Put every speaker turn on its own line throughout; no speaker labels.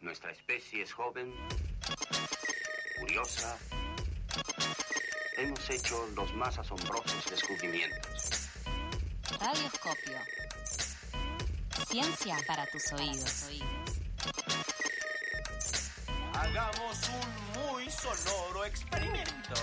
Nuestra especie es joven, curiosa. Hemos hecho los más asombrosos descubrimientos.
Radioscopio. Ciencia para tus oídos.
Hagamos un muy sonoro experimento.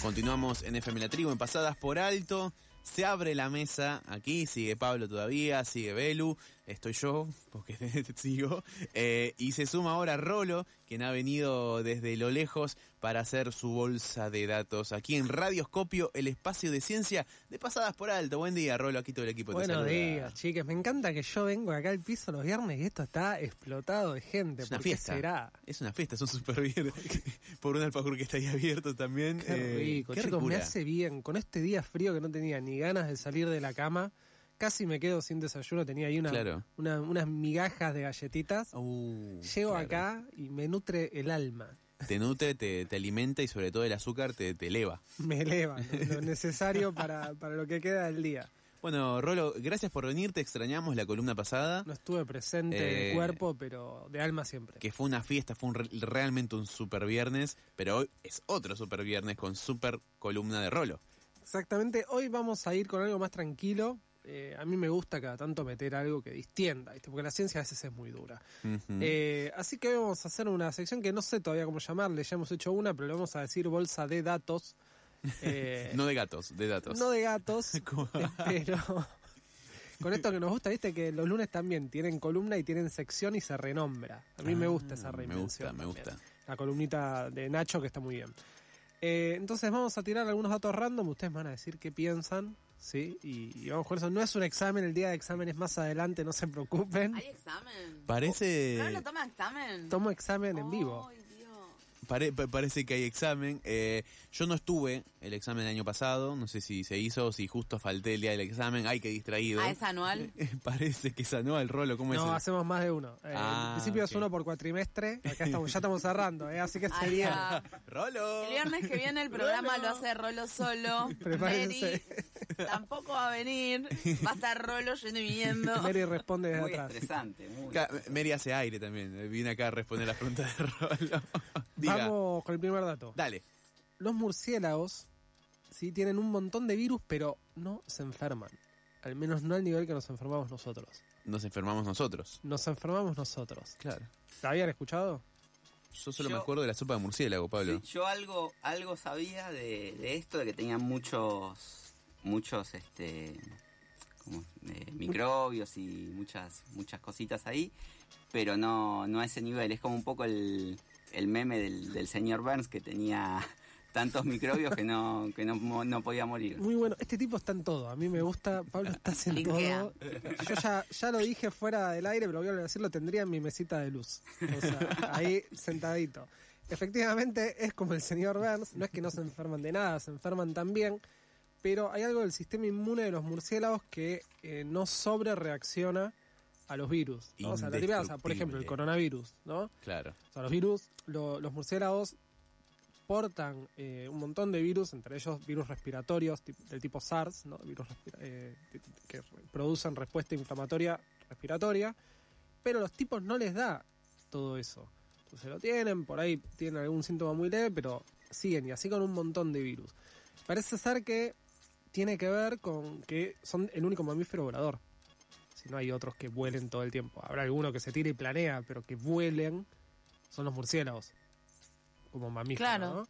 Continuamos en FM La Tribu, en Pasadas por Alto. Se abre la mesa aquí, sigue Pablo todavía, sigue Belu, estoy yo, porque sigo. eh, y se suma ahora Rolo, quien ha venido desde lo lejos para hacer su bolsa de datos aquí en Radioscopio, el espacio de ciencia de Pasadas por Alto. Buen día, Rolo, aquí todo el equipo. te
Buenos
saluda.
días, chicas. Me encanta que yo vengo acá al piso los viernes y esto está explotado de gente.
Es una
¿Por qué
fiesta.
será?
Es una fiesta, son súper bien. Por un alfajor que está ahí abierto también.
Qué
eh,
rico,
qué
chicos.
ricura.
Me hace bien. Con este día frío que no tenía ni ganas de salir de la cama, casi me quedo sin desayuno. Tenía ahí una,
Claro.
una- unas migajas de galletitas.
Uh,
Llego
claro.
acá y me nutre el alma.
Te nutre, te, te alimenta y sobre todo el azúcar te, te eleva.
Me eleva lo lo necesario para, para lo que queda del día.
Bueno, Rolo, gracias por venir. Te extrañamos la columna pasada,
No estuve presente
Eh,
de cuerpo, pero de alma siempre.
que fue una fiesta, fue un re- realmente un super viernes, pero hoy es otro super viernes con super columna de Rolo.
Exactamente, hoy vamos a ir con algo más tranquilo. Eh, a mí me gusta cada tanto meter algo que distienda, ¿viste? porque la ciencia a veces es muy dura.
Ujú.
Eh, así que hoy vamos a hacer una sección que no sé todavía cómo llamarle, ya hemos hecho una, pero le vamos a decir bolsa de datos. Eh,
no de gatos, de datos.
no de gatos,
¿Cómo?
pero con esto que nos gusta, viste que los lunes también tienen columna y tienen sección y se renombra. A mí me gusta esa
Ah, Me
reinvención.
gusta, me
también
gusta.
la columnita de Nacho que está muy bien. Eh, entonces vamos a tirar algunos datos random, ustedes me van a decir qué piensan, ¿sí? Y, y vamos con eso. No es un examen, el día de examen es más adelante, no se preocupen.
¿Hay examen? ¿No
Parece,
lo Oh, toma examen?
Tomo examen en vivo.
Ay, Dios.
pare- pa- parece que hay examen. Eh, yo no estuve el examen del año pasado, no sé si se hizo o si justo falté el día del examen. Ay, qué distraído.
Ah, es anual.
parece que sanó el Rolo, ¿cómo
No,
es? el-
hacemos más de uno. Eh,
Ah,
en principio
ok.
es uno por cuatrimestre, acá estamos, ya estamos cerrando, ¿eh? así que
Ahí
sería...
va.
Rolo.
El viernes que viene el programa lo hace Rolo solo.
Prepárense.
Mary tampoco va a venir. Va a estar Rolo yendo y viniendo.
Mary responde desde
Muy
atrás.
estresante, muy.
Ca- Mary hace aire también. Vine acá a responder la pregunta de Rolo. Diga,
Vamos con el primer dato.
dale.
Los murciélagos sí tienen un montón de virus, pero no se enferman. Al menos no al nivel que nos enfermamos nosotros.
Nos enfermamos nosotros.
Nos enfermamos nosotros.
Claro.
¿La habían escuchado?
Yo solo
Yo-
me acuerdo de la sopa de murciélago, Pablo.
Sí, yo algo, algo sabía de, de esto, de que tenían muchos, muchos, este, como, eh, microbios y muchas, muchas cositas ahí, pero no, no a ese nivel. Es como un poco el, el meme del, del señor Burns que tenía tantos microbios que no, que no, mo- no podía morir.
Muy bueno. Este tipo está en todo. A mí me gusta. Pablo está en
Linkea.
todo. Yo ya, ya lo dije fuera del aire, pero lo voy a volver a decir. Lo tendría en mi mesita de luz. O sea, ahí sentadito. Efectivamente, es como el señor Burns. No es que no se enferman de nada, se enferman también. Pero hay algo del sistema inmune de los murciélagos que eh, no sobre reacciona a los virus. ¿no? O sea, la típica, o sea, por ejemplo, el
Indestructible.
coronavirus, ¿no?
Claro.
O sea, los virus, lo- los murciélagos portan eh, un montón de virus, entre ellos virus respiratorios tip- del tipo SARS, ¿no? virus respira- eh, que- que re- producen respuesta inflamatoria respiratoria, pero los tipos no les da todo eso. Entonces lo tienen, por ahí tienen algún síntoma muy leve, pero siguen y así con un montón de virus. Parece ser que tiene que ver con que son el único mamífero volador. Si no hay otros que vuelen todo el tiempo. Habrá alguno que se tire y planea, pero que vuelen son los murciélagos. Como mamíferos.
Claro.
¿no?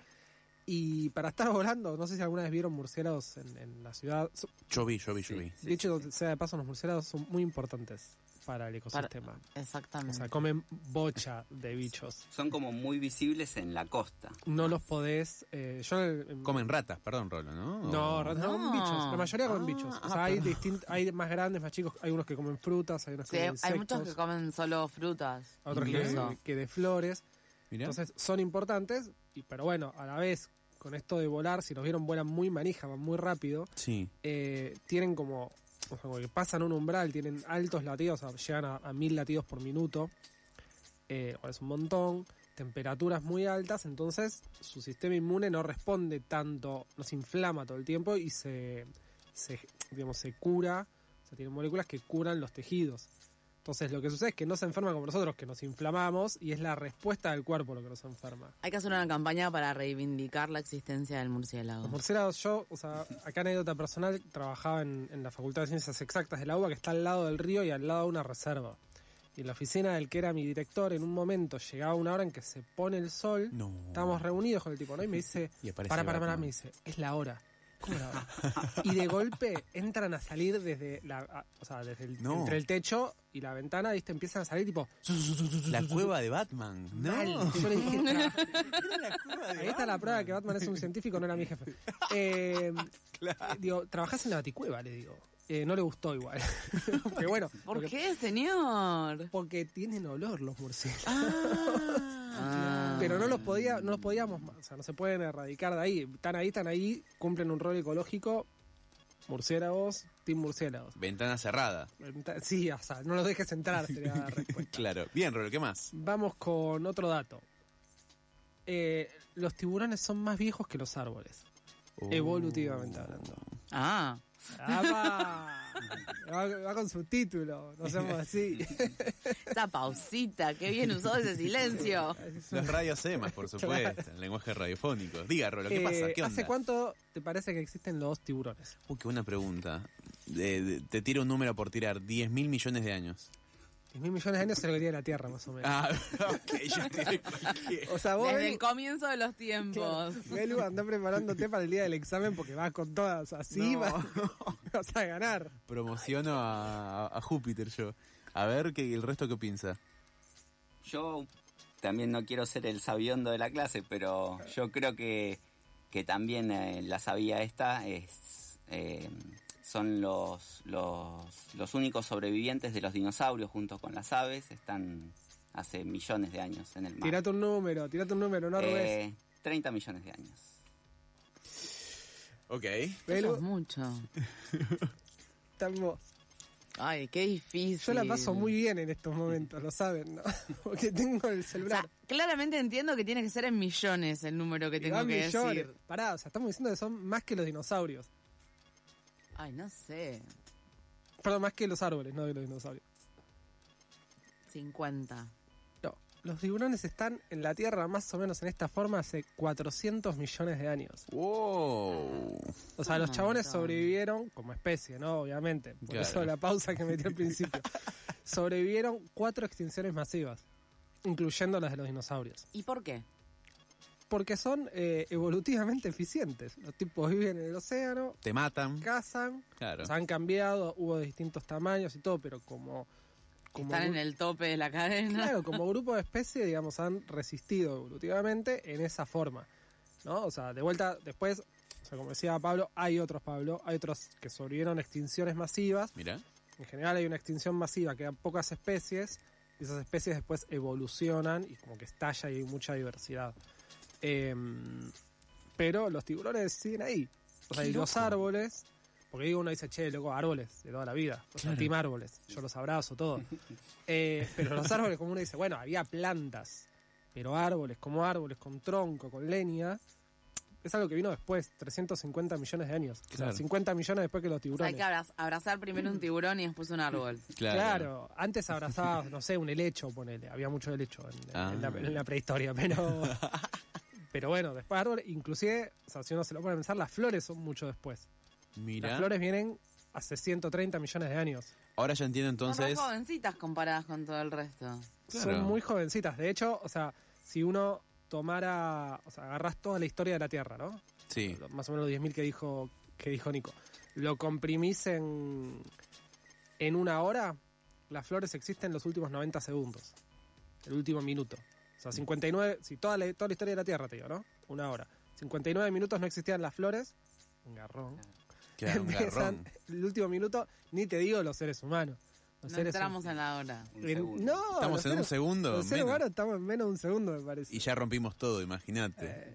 Y para estar volando, no sé si alguna vez vieron murciélagos en, en la ciudad. So-
Yo vi, yo vi, yo vi.
Sí,
Dicho
sí, sí.
sea de paso, los murciélagos son muy importantes para el ecosistema. O
Exactamente.
sea, comen bocha de bichos.
Son como muy visibles en la costa.
No los podés. eh, yo en- en-
Comen ratas, perdón, Rolo, ¿no?
No,
O-
ratas no,
No.
bichos. La mayoría comen
Ah,
bichos. O
ah,
sea, hay,
perdón.
distint- hay más grandes, más chicos. Hay unos que comen frutas, hay unos
Sí,
que comen
hay muchos que
insectos,
comen solo frutas.
otros
incluso.
que, que de flores.
Mirá.
Entonces son importantes, y, pero bueno, a la vez, con esto de volar, si los vieron, vuelan muy manija, van muy rápido.
sí.
eh, tienen como, o sea, como que pasan un umbral, tienen altos latidos, o sea, llegan a, a mil latidos por minuto, eh, o es un montón, temperaturas muy altas, entonces su sistema inmune no responde tanto, no se inflama todo el tiempo y se se, digamos, se cura, o sea, tiene moléculas que curan los tejidos. Entonces lo que sucede es que no se enferma como nosotros, que nos inflamamos y es la respuesta del cuerpo lo que nos enferma.
Hay que hacer una campaña para reivindicar la existencia del
Ah.
Los
murciélago.
murciélagos, yo, o sea, acá anécdota personal, trabajaba en, en la Facultad de Ciencias Exactas de la UBA, que está al lado del río y al lado de una reserva. Y en la oficina del que era mi director, en un momento llegaba una hora en que se pone el sol,
No.
estábamos reunidos con el tipo, ¿no? Y me dice,
Y aparece
para, para, para,
Batman.
me dice, es la hora. ¿Cómo la hora? Y de golpe entran a salir desde la, a- o sea, desde el,
No.
entre el techo y la ventana, ¿viste? Empiezan a salir tipo,
La cueva de Batman. No.
mal. Y yo le dije, "Tra-
La cueva de
Ahí está la prueba de que Batman es un científico, no era mi jefe. Eh, eh, Digo, trabajás en la baticueva, le digo. Eh, no le gustó igual. Pero bueno.
¿Por
porque-
qué, señor?
Porque tienen olor los murciélagos.
Ah.
Pero no los podía, no los podíamos, ma- o sea, no se pueden erradicar de ahí. Están ahí, están ahí, cumplen un rol ecológico. Murciélagos, team murciélagos.
Ventana cerrada.
Enta- Sí, o sea, no los dejes entrar, sería la respuesta.
Claro. Bien, Rolo, ¿qué más?
Vamos con otro dato. Eh, los tiburones son más viejos que los árboles, Oh. evolutivamente hablando.
Ah.
¡Apa! Va, va con su título, no seamos así.
Esa pausita, qué bien usado ese silencio.
Los radiosemas, por supuesto. El lenguaje radiofónico. Diga, Rolo, ¿qué pasa?
Eh,
¿Qué onda?
¿Hace cuánto te parece que existen los tiburones?
Uy, Oh, qué buena pregunta. De- de- te tiro un número por tirar. 10 mil millones de años.
10.000 millones de años se lo que tiene la Tierra, más o menos.
Ah, ok, yo tiré cualquiera.
O sea, vos,
Desde
Belu,
el comienzo de los tiempos.
Belu, andá preparándote para el día del examen porque vas con todas, así
No.
vas, vas a ganar.
Promociono a, a Júpiter yo. A ver que el resto qué piensa.
Yo también no quiero ser el sabiondo de la clase, pero yo creo que, que también eh, la sabía esta es, eh, son los, los, los únicos sobrevivientes de los dinosaurios junto con las aves. Están hace millones de años en el mar.
Tirate un número, tirate un número, no arrugues.
Eh, 30 millones de años.
Ok.
Eso es
Belu,
mucho.
estamos...
Ay, qué difícil.
Yo la paso muy bien en estos momentos, lo saben, ¿no? Porque tengo el
O
celular.
sea, claramente entiendo que tiene que ser en millones el número que
y
tengo
van
que
millones.
decir.
Pará, o sea, estamos diciendo que son más que los dinosaurios.
Ay, no sé.
Perdón, más que los árboles, no de los dinosaurios.
50.
No, los tiburones están en la Tierra más o menos en esta forma hace 400 millones de años.
Wow.
O sea,
Un
los chabones
montón.
sobrevivieron como especie, ¿no? Obviamente. Por
Claro.
eso la pausa que metí al principio. sobrevivieron cuatro extinciones masivas, incluyendo las de los dinosaurios.
¿Y por qué?
Porque son eh, evolutivamente eficientes. Los tipos viven en el océano,
Te matan.
cazan,
Claro.
o sea, han cambiado, hubo de distintos tamaños y todo, pero como... como
Están en
gru-
el tope de la cadena.
Claro, como grupo de especie, digamos, han resistido evolutivamente en esa forma. ¿No? O sea, de vuelta, después, o sea, como decía Pablo, hay otros Pablo, hay otros que sobrevivieron a extinciones masivas.
Mira.
En general hay una extinción masiva, quedan pocas especies, y esas especies después evolucionan y como que estalla y hay mucha diversidad. Em, pero los tiburones siguen ahí. O sea,
Qué
y los
loco.
árboles. Porque digo, uno dice, che, loco, árboles de toda la vida. O sea,
Claro.
team árboles. Yo los abrazo, todo. Eh, pero los árboles, como uno dice, bueno, había plantas. Pero árboles, como árboles, con tronco, con leña. Es algo que vino después, 350 millones de años. O
Claro.
sea, 50 millones después que los
Hay
tiburones.
que abra- abrazar primero un tiburón y después un árbol.
Claro.
Claro, antes abrazabas, no sé, un helecho, ponele. Había mucho helecho en, en
Ah.
la, en la prehistoria, pero. Pero bueno, después árbol, inclusive, o sea, si uno se lo pone a pensar, las flores son mucho después. Las
Mira.
flores vienen hace 130 millones de años.
Ahora ya entiendo
Son
entonces.
re jovencitas comparadas con todo el resto.
Claro.
Son muy jovencitas. De hecho, o sea, si uno tomara, o sea, agarras toda la historia de la Tierra, ¿no?
Sí.
lo- más o menos los 10.000 que dijo, que dijo Nico. Lo comprimís en, en una hora, las flores existen en los últimos 90 segundos. El último minuto. O sea, 59, si toda la, toda la historia de la Tierra, te digo, ¿no? Una hora. 59 minutos no existían las flores. Un garrón.
Claro, un
Empiezan
garrón.
el último minuto, ni te digo los seres humanos. Los
No
seres
entramos en la hora.
Un
hum-
segundo.
en- No,
Estamos
los
en un
seres-
segundo.
Los seres
menos.
humanos estamos en menos de un segundo, me parece.
Y ya rompimos todo,
Eh.
imagínate.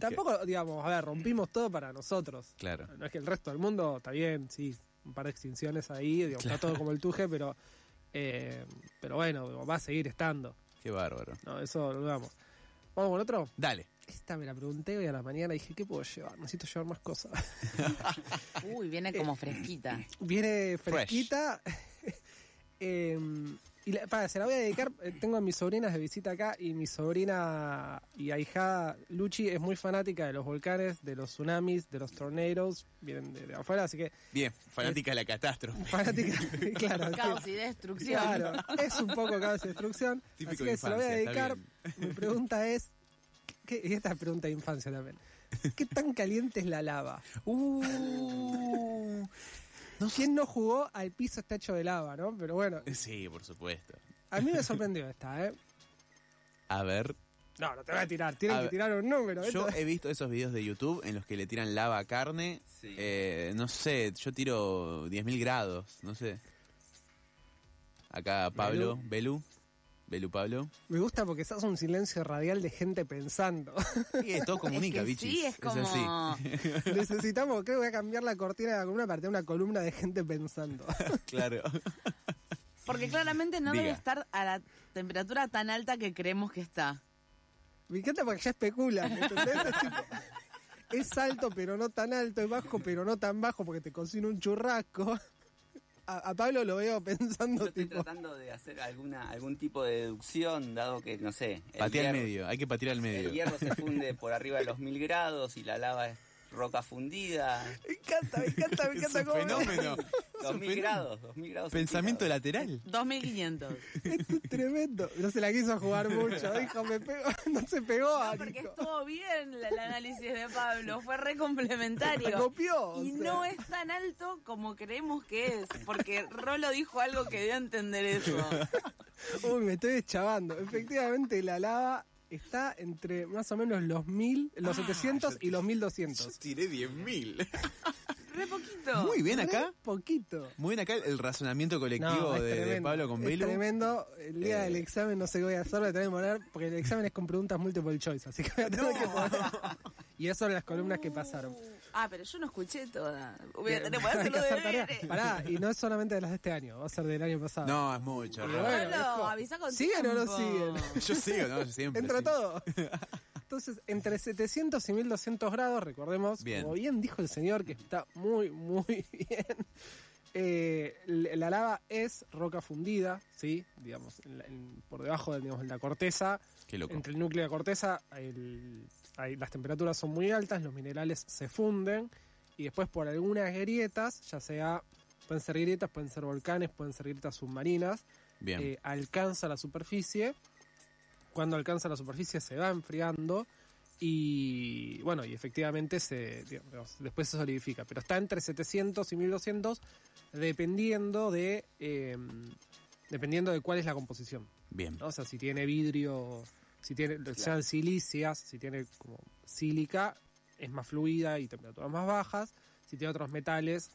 Tampoco, digamos, a ver, rompimos todo para nosotros.
Claro.
No es que el resto del mundo está bien, sí, un par de extinciones ahí, digo, está todo como el tuje, pero eh, pero bueno, digo, va a seguir estando.
Qué bárbaro.
No, eso lo damos. Vamos con otro.
Dale.
Esta me la pregunté hoy a la mañana y dije, ¿qué puedo llevar? Necesito llevar más cosas.
Uy, viene como fresquita.
Viene fresquita. Eh, y la- para, se la voy a dedicar. eh, Tengo a mis sobrinas de visita acá y mi sobrina y ahijada Luchi es muy fanática de los volcanes, de los tsunamis, de los tornados. Vienen de, de afuera, así que
Bien, fanática de la catástrofe.
fanática. claro,
Caos
sí.
y destrucción.
claro, es un poco caos de destrucción.
Típico
así
de
que se la voy a
infancia, está
dedicar.
bien.
Mi pregunta es. ¿qué, y esta es pregunta de infancia también. ¿Qué tan caliente es la lava?
Uh, no sé.
¿Quién no jugó al piso está hecho de lava, no? Pero bueno,
Sí, por supuesto.
a mí me sorprendió esta, ¿eh?
A ver,
No, no te voy a tirar, tienen
A
que
ver,
tirar un número.
yo
esto-
he visto esos videos de YouTube en los que le tiran lava a carne.
Sí.
Eh, no sé, yo tiro 10.000 grados, no sé. Acá Pablo, Belu, Belu Pablo.
Me gusta porque estás un silencio radial de gente pensando.
Y esto comunica,
es que
bichis.
Sí, es como.
así.
Necesitamos, creo que voy a cambiar la cortina de la columna para tener una columna de gente pensando.
Claro.
Porque claramente no debe
Diga.
estar a la temperatura tan alta que creemos que está.
Me encanta porque ya especulan, ¿entendés? Es, tipo, es alto pero no tan alto, es bajo pero no tan bajo porque te cocina un churrasco. A, a Pablo lo veo
Yo
pensando
estoy
tipo...
tratando de hacer alguna algún tipo de deducción, dado que, no sé, el,
Patea al
hierro,
medio, hay que patear al
el
medio.
hierro se funde por arriba de los mil grados y la lava es roca fundida.
Me encanta, me encanta, me
Es
encanta
un
cómo... me-
fenómeno.
Dos mil grados, dos mil grados.
Pensamiento
centígrados.
lateral.
2500.
Esto es tremendo. No se la quiso jugar mucho, dijo, me pegó, no se pegó ah, a
No, porque estuvo bien la- el análisis de Pablo, fue re complementario.
copió. o
Y
sea.
no es tan alto como creemos que es, porque Rolo dijo algo que dio a entender eso.
Uy, me estoy deschavando. Efectivamente, la lava está entre más o menos los mil, los 700 y los 1200.
tiré 10.000.
Re poquito.
Muy bien
Re
acá.
poquito.
Muy bien acá el razonamiento colectivo
No, es
de, de
tremendo.
Pablo con
Es
Belu.
tremendo. El día
Eh.
del examen no sé qué voy a hacer, voy a tener que poner, porque el examen es con preguntas multiple choice, así que voy a tener que poner. Y eso son las columnas que pasaron.
Ah, pero yo no escuché toda. Hubiera
Eh,
tenido que hacer
hay que
los
hacer tarea.
deberes.
Pará, y no es solamente de las de este año, va a ser del año pasado.
No, es mucho.
Pero
Rob.
bueno,
Rolo,
viejo.
avisa con
¿Siguen o no
tiempo.
siguen?
Yo sigo, ¿no? Yo siempre.
Entra
sigo.
todo. Entonces, entre 700 y 1200 grados, recordemos,
Bien.
como bien dijo el señor, que está muy, muy bien. eh, l- la lava es roca fundida, ¿sí? Digamos, en la- en- por debajo de digamos, en la corteza,
Qué loco.
entre el núcleo y la corteza, el- ahí las temperaturas son muy altas, los minerales se funden y después por algunas grietas, ya sea, pueden ser grietas, pueden ser volcanes, pueden ser grietas submarinas,
Bien.
eh, alcanza la superficie. Cuando alcanza la superficie se va enfriando y bueno, y efectivamente se digamos, después se solidifica, pero está entre 700 y 1200 dependiendo de eh, dependiendo de cuál es la composición,
bien.
¿no? O sea, si tiene vidrio, si tiene sean silicias, si tiene como sílica es más fluida y temperaturas más bajas, si tiene otros metales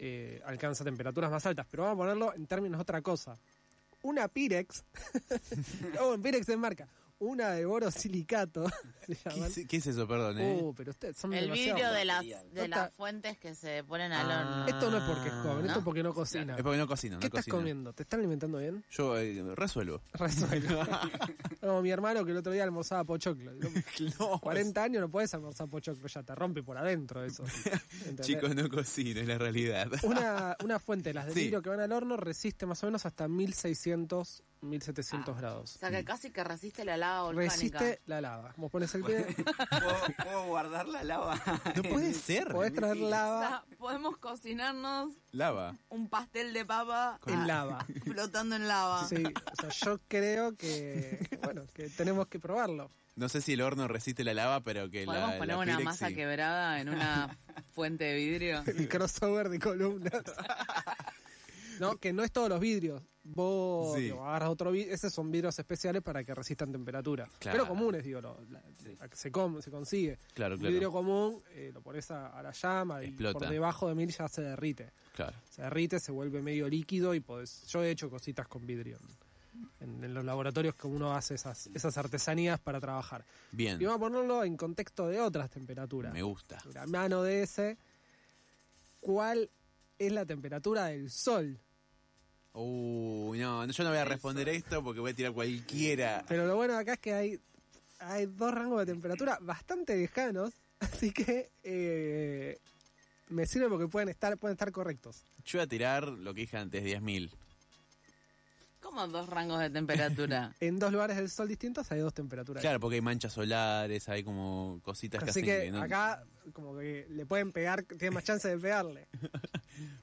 eh, alcanza temperaturas más altas, pero vamos a ponerlo en términos de otra cosa una Pirex. oh, en Pirex es marca. Una de borosilicato. se
¿Qué,
llaman.
es- qué es eso, perdón, eh?
Uh, pero ustedes son
El
demasiado-
vidrio de las,
material.
de las fuentes que se ponen al horno.
Esto no es porque es joven, esto es
¿No?
porque no cocina.
Ah. Es porque no cocino, no
¿Qué estás
cocino.
comiendo? ¿Te están alimentando bien?
Yo eh, resuelvo.
Resuelve. Como mi hermano que el otro día almorzaba pochoclo. Digo,
No,
40 años no puedes almorzar pochoclo ya, te rompe por adentro eso. ¿Entendés?
chicos, no cocino, es la realidad.
Una, una fuente, las de
Sí.
vidrio que van al horno, resiste más o menos hasta 1600, 1700
O
grados.
sea que casi que resiste la lava volcánica.
Resiste la lava. Vos pones el pie,
¿Puedo, puedo guardar la lava?
No puede ser.
podés traer
O
lava
sea, podemos cocinarnos
Lava.
un pastel de papa
Con
ah,
en lava.
flotando en lava.
Sí, o sea, yo creo que, bueno, que tenemos que probarlo.
No sé si el horno resiste la lava, pero que la.
Podemos
la
poner una
Pyrex
masa
sí.
quebrada en una fuente de vidrio.
El crossover de columnas. No, que no es todos los vidrios. Vos
Sí.
digo, agarras otro vidrio, esos son vidrios especiales para que resistan temperatura.
Claro.
Pero comunes, digo, lo- la- la que se, com- se consigue.
Claro,
El
claro.
vidrio común eh, lo pones a, a la llama y
Explota.
por debajo de mil ya se derrite.
Claro.
Se derrite, se vuelve medio líquido y podés... Yo he hecho cositas con vidrio. En, en los laboratorios que uno hace esas, esas artesanías para trabajar.
Bien.
Y vamos a ponerlo en contexto de otras temperaturas.
Me gusta.
La mano de ese. ¿Cuál es la temperatura del sol?
Uy, no, yo no voy a responder esto porque voy a tirar cualquiera.
Pero lo bueno de acá es que hay, hay dos rangos de temperatura bastante lejanos. Así que eh, me sirve porque pueden estar, pueden estar correctos.
Yo voy a tirar lo que dije antes, 10.000.
¿Cómo dos rangos de temperatura?
En dos lugares del sol distintos hay dos temperaturas.
Claro, porque hay manchas solares, hay como cositas
Así
que hacen
que
no-
acá, como que le pueden pegar, tienen más chance de pegarle.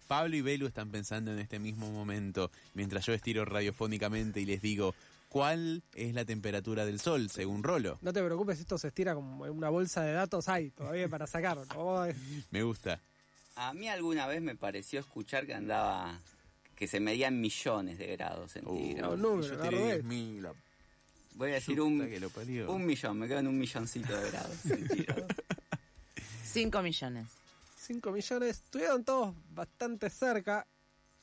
Pablo y Belu están pensando en este mismo momento, mientras yo estiro radiofónicamente y les digo, ¿cuál es la temperatura del sol según Rolo?
No te preocupes, esto se estira como en una bolsa de datos. Hay todavía para sacar. ¿no? Vamos a-
Me gusta.
A mí alguna vez me pareció escuchar que andaba, que se medían millones de grados centígrados.
no, número,
Uh, yo
agarro
tiré
este.
10.000. la
Voy a decir
puta
un,
que lo parió.
un millón, me quedo en un milloncito de grados centígrados.
Cinco millones.
5 millones. Estuvieron todos bastante cerca.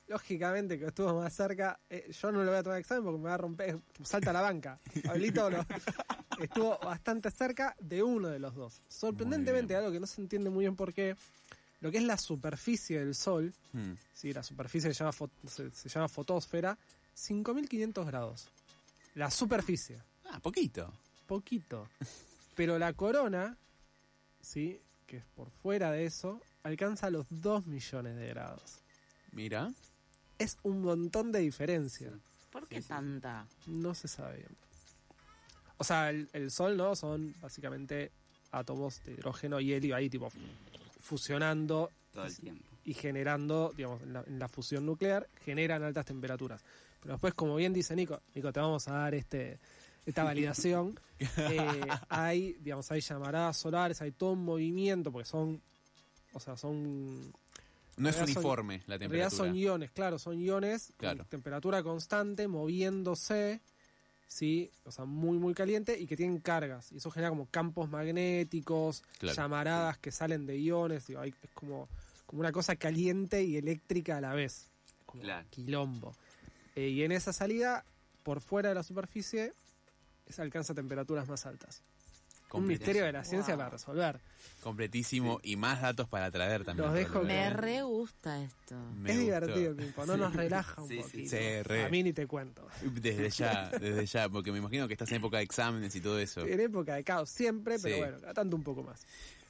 Lógicamente que estuvo más cerca. eh, yo no lo voy a tomar examen porque me va a romper. Salta la banca. Pablito no. estuvo bastante cerca de uno de los dos.
Muy
Sorprendentemente,
bien.
algo que no se entiende muy bien por qué. Lo que es la superficie del Sol,
Hmm.
sí, la superficie que se llama fo- se, se llama fotósfera, 5.500 grados. La superficie,
Ah, poquito.
poquito. Pero la corona, sí, que es por fuera de eso, alcanza los 2 millones de grados.
Mira.
Es un montón de diferencia.
¿Por qué tanta?
No se sabe bien. O sea, el, el Sol, ¿no? Son básicamente átomos de hidrógeno y helio ahí, tipo, fusionando
Todo el tiempo.
y generando, digamos, en la, en la fusión nuclear, generan altas temperaturas. Pero después, como bien dice Nico, Nico, te vamos a dar este esta validación. eh, hay, digamos, hay llamaradas solares, hay todo un movimiento, porque son, o sea, son,
No es
realidad son-
uniforme la
en realidad
temperatura.
son iones, claro, son iones, con
Claro.
temperatura constante, moviéndose, sí, o sea, muy, muy caliente, y que tienen cargas. Y eso genera como campos magnéticos,
Claro.
llamaradas que salen de iones, digo, hay- es como, como una cosa caliente y eléctrica a la vez. Es como
Claro.
quilombo. Eh, y en esa salida, por fuera de la superficie, se alcanza temperaturas más altas. Un
Completísimo.
misterio de la ciencia
Wow.
para resolver.
Completísimo y más datos para traer también.
Los
Rolo,
dejo
¿eh?
Me re gusta esto.
Me
es
gustó.
divertido el ping-pong, no nos relaja un
Sí, sí.
poquito.
Se re-
A mí ni te cuento.
Desde ya, desde ya, porque me imagino que estás en época de exámenes y todo eso.
En época de caos siempre, pero
Sí.
bueno, cada tanto un poco más.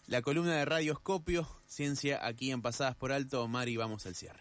La columna de Radioscopio, ciencia aquí en Pasadas por Alto, Mari, vamos al cierre.